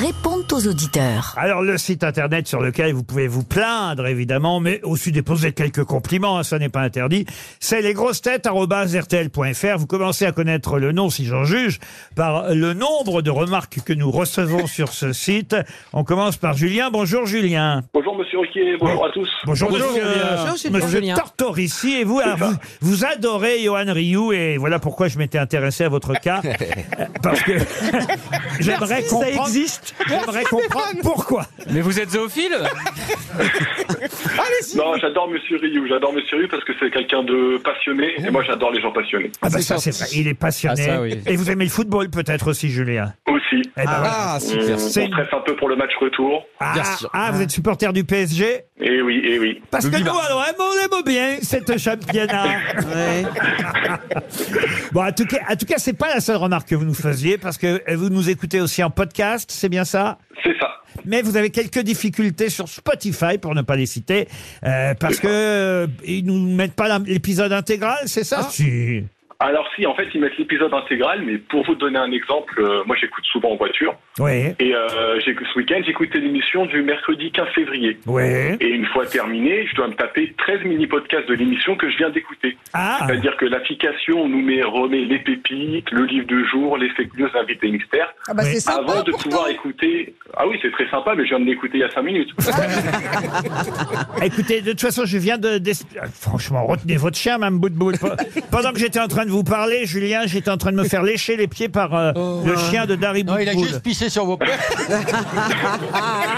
répondent aux auditeurs. Alors le site internet sur lequel vous pouvez vous plaindre évidemment, mais aussi déposer quelques compliments, hein, ça n'est pas interdit, c'est lesgrossetêtes.rtl.fr. Vous commencez à connaître le nom, si j'en juge, par le nombre de remarques que nous recevons sur ce site. On commence par Julien. Bonjour Julien. Bonjour Monsieur Riquet, bonjour à tous. Bonjour, Bonjour, monsieur, Julien. euh, Bonjour, Julien. monsieur Bonjour, Julien. Tortorici. Et vous, alors, vous, vous adorez Johan Rioux et voilà pourquoi je m'étais intéressé à votre cas. Euh, parce que j'aimerais comprendre. existe. J'aimerais comprendre pourquoi. Mais vous êtes zoophile Non, j'adore Monsieur Rioux, j'adore Monsieur Rioux parce que c'est quelqu'un de passionné et moi j'adore les gens passionnés. Ah bah ça c'est vrai, il est passionné. Ah, ça, oui. Et vous aimez le football peut-être aussi, Julien. Aussi. Eh ben voilà. Ah, On, super. C'est on une- presse un peu pour le match retour. Ah, bien sûr. ah, vous êtes supporter du PSG Et oui, et oui. Parce que Le nous, Viva. alors, eh, on aime bien cette championnat. Bon, en tout cas, en tout cas, c'est pas la seule remarque que vous nous faisiez parce que eh, vous nous écoutez aussi en podcast, c'est bien ça C'est ça. mais vous avez quelques difficultés sur Spotify, pour ne pas les citer, euh, parce que euh, ils nous mettent pas l'im- l'épisode intégral, c'est ça Ah. Si. Alors si, en fait, ils mettent l'épisode intégral, mais pour vous donner un exemple, euh, moi j'écoute souvent en voiture Oui, et euh, j'écoute- ce week-end j'écoutais l'émission du mercredi 15 février. oui. Et une fois terminé, je dois me taper 13 mini-podcasts de l'émission que je viens d'écouter. Ah, C'est-à-dire que l'application nous met, remet les pépites, le livre du jour, les fake news, l'invité mystère. Ah bah Oui. c'est sympa avant de pourtant. pouvoir écouter. Ah oui, c'est très sympa, mais je viens de l'écouter il y a 5 minutes. Ah, écoutez, de toute façon, je viens de... d'es- Ah, Franchement, retenez votre chien, Mme Boutboul. Pe- Pendant que j'étais en train de vous parler, Julien, j'étais en train de me faire lécher les pieds par euh, le chien de Dari Oh, Non, il a Boutboul. juste pissé sur vos plaies.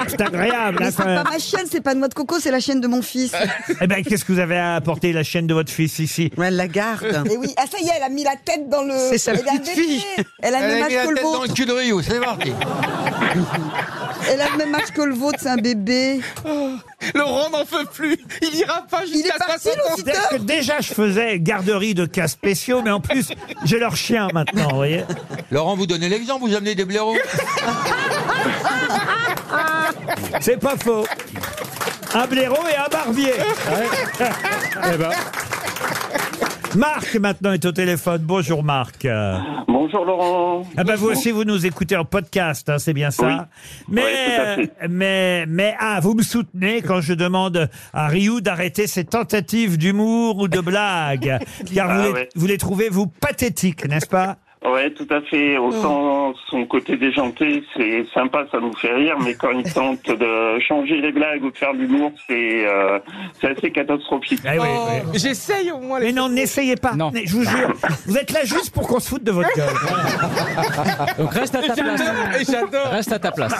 C'est agréable, hein, Mais c'est quand même. pas ma chienne, c'est pas de noix de coco, c'est la chienne de mon fils. Eh ben, qu'est-ce que vous avez à apporter la chaîne de votre fils ici Ouais, elle la garde. Et oui, ah ça y est, elle a mis la tête dans le. C'est sa elle a petite un fille. bébé. Elle a le Elle même a mis âge la que le tête dans le vôtre. cul de Rio, c'est parti. Elle a le même âge que le vôtre, c'est un bébé. Laurent n'en peut plus. Il ira pas Il est jusqu'à parti 60 ans. Parce l'auditeur que déjà, je faisais garderie de cas spéciaux, mais en plus, j'ai leur chien maintenant, vous voyez. Laurent, vous donnez l'exemple, vous amenez des blaireaux. C'est pas faux. Un blaireau et un barbier. Eh ben. Marc, maintenant, est au téléphone. Bonjour, Marc. Euh, Bonjour Laurent. Ah bah, vous aussi, vous nous écoutez en podcast, hein, c'est bien ça. Oui. Mais, Oui, tout à fait. euh, mais, mais, ah, vous me soutenez quand je demande à Ryu d'arrêter ses tentatives d'humour ou de blague. Car vous, Ah les, ouais. vous les trouvez, vous, pathétiques, n'est-ce pas Ouais, tout à fait. Autant son côté déjanté, c'est sympa, ça nous fait rire, mais quand il tente de changer les blagues ou de faire de l'humour, c'est euh, c'est assez catastrophique. Eh oui, oui. Oh, J'essaye au moins. les- Mais non, n'essayez pas. Non. Mais Je vous jure, vous êtes là juste pour qu'on se foute de votre gueule. Donc reste à ta place. Et j'adore. Reste à ta place.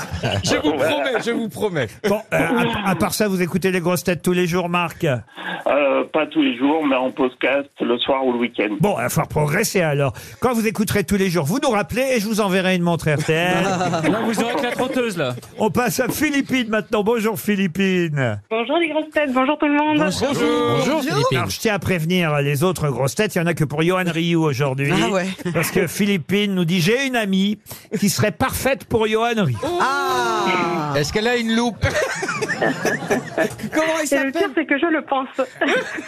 Je vous promets, je vous promets. Bon, euh, à, à part ça, vous écoutez les grosses têtes tous les jours, Marc. Euh, pas tous les jours, mais en podcast le soir ou le week-end. Bon, il va falloir progresser alors. Quand vous écouterez tous les jours, vous nous rappelez et je vous enverrai une montre RTL. Là, vous aurez que la trotteuse, là. On passe à Philippine maintenant. Bonjour Philippine. Bonjour les grosses têtes, bonjour tout le monde. Bonjour, Philippine. Alors je tiens à prévenir les autres grosses têtes, il y en a que pour Johan Ryu aujourd'hui. Ah ouais. Parce que Philippine nous dit j'ai une amie qui serait parfaite pour Johan Ryu. Ah Est-ce qu'elle a une loupe Comment il Et le pire, s'appelle c'est que je le pense.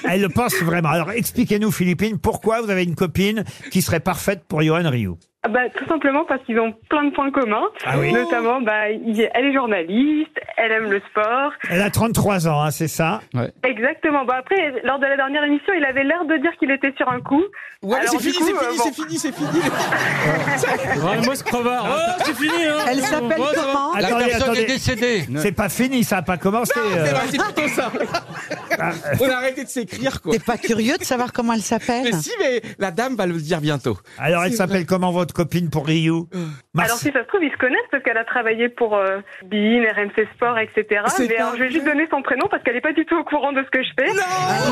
Elle le pense vraiment. Alors expliquez-nous Philippine pourquoi vous avez une copine qui serait parfaite pour Johan Ryu. Ah bah, tout simplement parce qu'ils ont plein de points communs. Ah oui. Notamment, bah, il- elle est journaliste, elle aime le sport. Elle a 33 ans, hein, c'est ça Exactement. Bah, après, lors de la dernière émission, il avait l'air de dire qu'il était sur un Ouais, coup. mais Alors, c'est du fini, coup, c'est euh, fini, bon. c'est fini, c'est fini. Vraiment, ce crevard. Oh, c'est fini, hein. Elle s'appelle Bon, ça va. comment Ah, La Attendez, personne attendez. est décédée. C'est pas fini, ça n'a pas commencé. euh. C'est vrai, c'est plutôt ça. On a arrêté de s'écrire, quoi. T'es pas curieux de savoir comment elle s'appelle Mais si, mais la dame va le dire bientôt. Alors, elle C'est s'appelle comment votre copine pour Ryu Ah, Alors, si ça se trouve, ils se connaissent parce qu'elle a travaillé pour euh, BIN, RMC Sport, etc. C'est Mais pas alors, je vais juste donner son prénom parce qu'elle n'est pas du tout au courant de ce que je fais.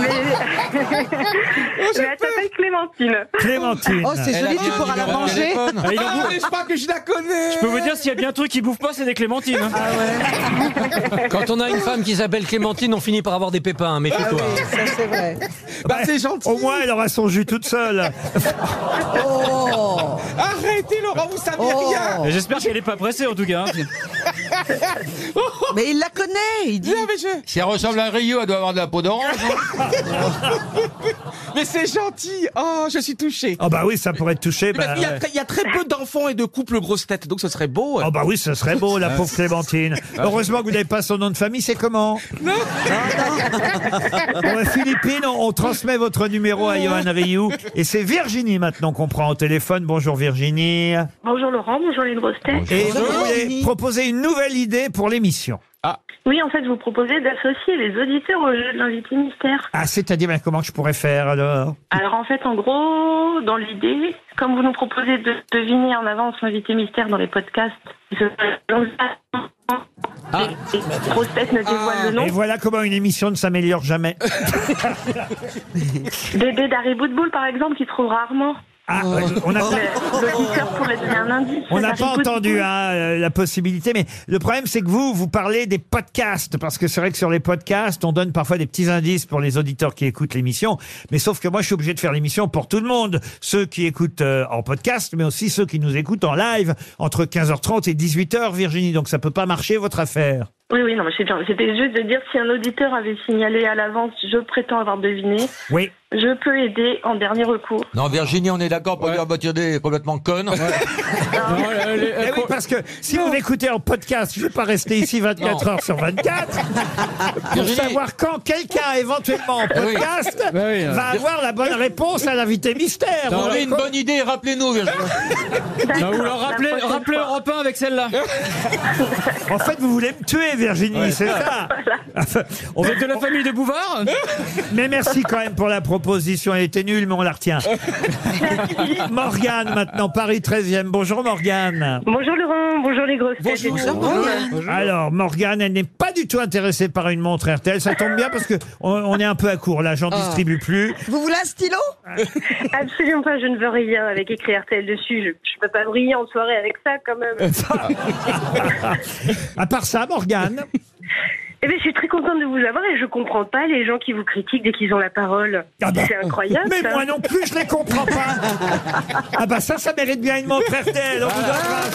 mais... mais elle s'appelle Clémentine. Clémentine. Oh, c'est Elle a joli, dit tu un pourras la numéro de manger. téléphone. Ah, il en Ah, bouffe. mais je crois que je la connais. Je peux vous dire, s'il y a bien un truc qui bouffe pas, c'est des clémentines. hein. Quand on a une femme qui s'appelle Clémentine, on finit par avoir des pépins, hein, méfie-toi. Ça, c'est vrai. Bah, c'est gentil. Au moins, elle aura son jus toute seule. Oh Arrêtez, Laurent, vous savez Oh. rien. Mais J'espère qu'elle est pas pressée, en tout cas. hein. Mais il la connaît, il dit. Non, mais je. Si elle ressemble à Rio, elle doit avoir de la peau d'orange. hein. Mais c'est gentil. Oh, je suis touché. Ah bah oui, ça pourrait te toucher. bah, il, y a ouais. très, il y a très peu d'enfants et de couples grosses têtes, donc ce serait beau. euh, Ah bah oui, ce serait beau, la pauvre Clémentine. Heureusement que vous n'avez pas son nom de famille, c'est comment Bon, bah, Philippine, on, on transmet votre numéro à Johan Rioux. Et c'est Virginie maintenant qu'on prend au téléphone. Bonjour Virginie. Bonjour Laurent, bonjour les grosses têtes. Et vous voulez proposer une nouvelle idée pour l'émission. Oui, en fait, je vous proposais d'associer les auditeurs au jeu de l'invité mystère. Ah, c'est-à-dire, mais comment je pourrais faire alors Alors en fait, en gros, dans l'idée, comme vous nous proposez de deviner en avance l'invité mystère dans les podcasts, je... les grosses têtes ne dévoilent le nom. Ah. Et voilà comment une émission ne s'améliore jamais. Bébé d'Harry Bootbull, par exemple, qui trouve rarement. Ah, euh, on n'a pas, Le- L'auditeur pourrait donner un indice. on n'a Harry pas Bootbull. entendu hein, euh, la possibilité, mais le problème c'est que vous, vous parlez des podcasts, parce que c'est vrai que sur les podcasts, on donne parfois des petits indices pour les auditeurs qui écoutent l'émission, mais sauf que moi je suis obligé de faire l'émission pour tout le monde, ceux qui écoutent euh, en podcast, mais aussi ceux qui nous écoutent en live entre 15h30 et 18h, Virginie, donc ça peut pas marcher votre affaire. Oui, oui, non, mais c'est bien. C'était juste de dire si un auditeur avait signalé à l'avance, je prétends avoir deviné, Oui. je peux aider en dernier recours. Non, Virginie, on est d'accord pour dire, bah, tu es complètement conne. Eh oui, parce que si vous m'écoutez en podcast, je ne vais pas rester ici 24 heures sur 24 pour Virginie. savoir quand quelqu'un, éventuellement en Eh oui. podcast, Eh oui, euh. va avoir la bonne réponse à l'invité mystère. On Vous a une bonne idée, rappelez-nous, Virginie. Bah, vous leur rappelez, rappelez Europe 1 avec celle-là. En fait, vous voulez me tuer, Virginie, c'est ça. On Vous va- êtes de la famille de Bouvard Mais merci quand même pour la proposition. Elle était nulle, mais on la retient. Morgane, maintenant, Paris 13e. Bonjour, Morgane. Bonjour Laurent, bonjour les grosses têtes. Alors, Morgane, elle n'est pas du tout intéressée par une montre RTL. Ça tombe bien parce que on, on est un peu à court. Là, j'en distribue plus. Vous voulez un stylo Absolument pas, je ne veux rien avec écrit RTL dessus. Je, je peux pas briller en soirée avec ça quand même. Euh. À part ça, Morgane. eh bien, je suis très contente de vous avoir et je comprends pas les gens qui vous critiquent dès qu'ils ont la parole. Ah bah. C'est incroyable. Mais ça. moi non plus, je les comprends pas. Ah bah ça, ça mérite bien une montre RTL. On vous offre un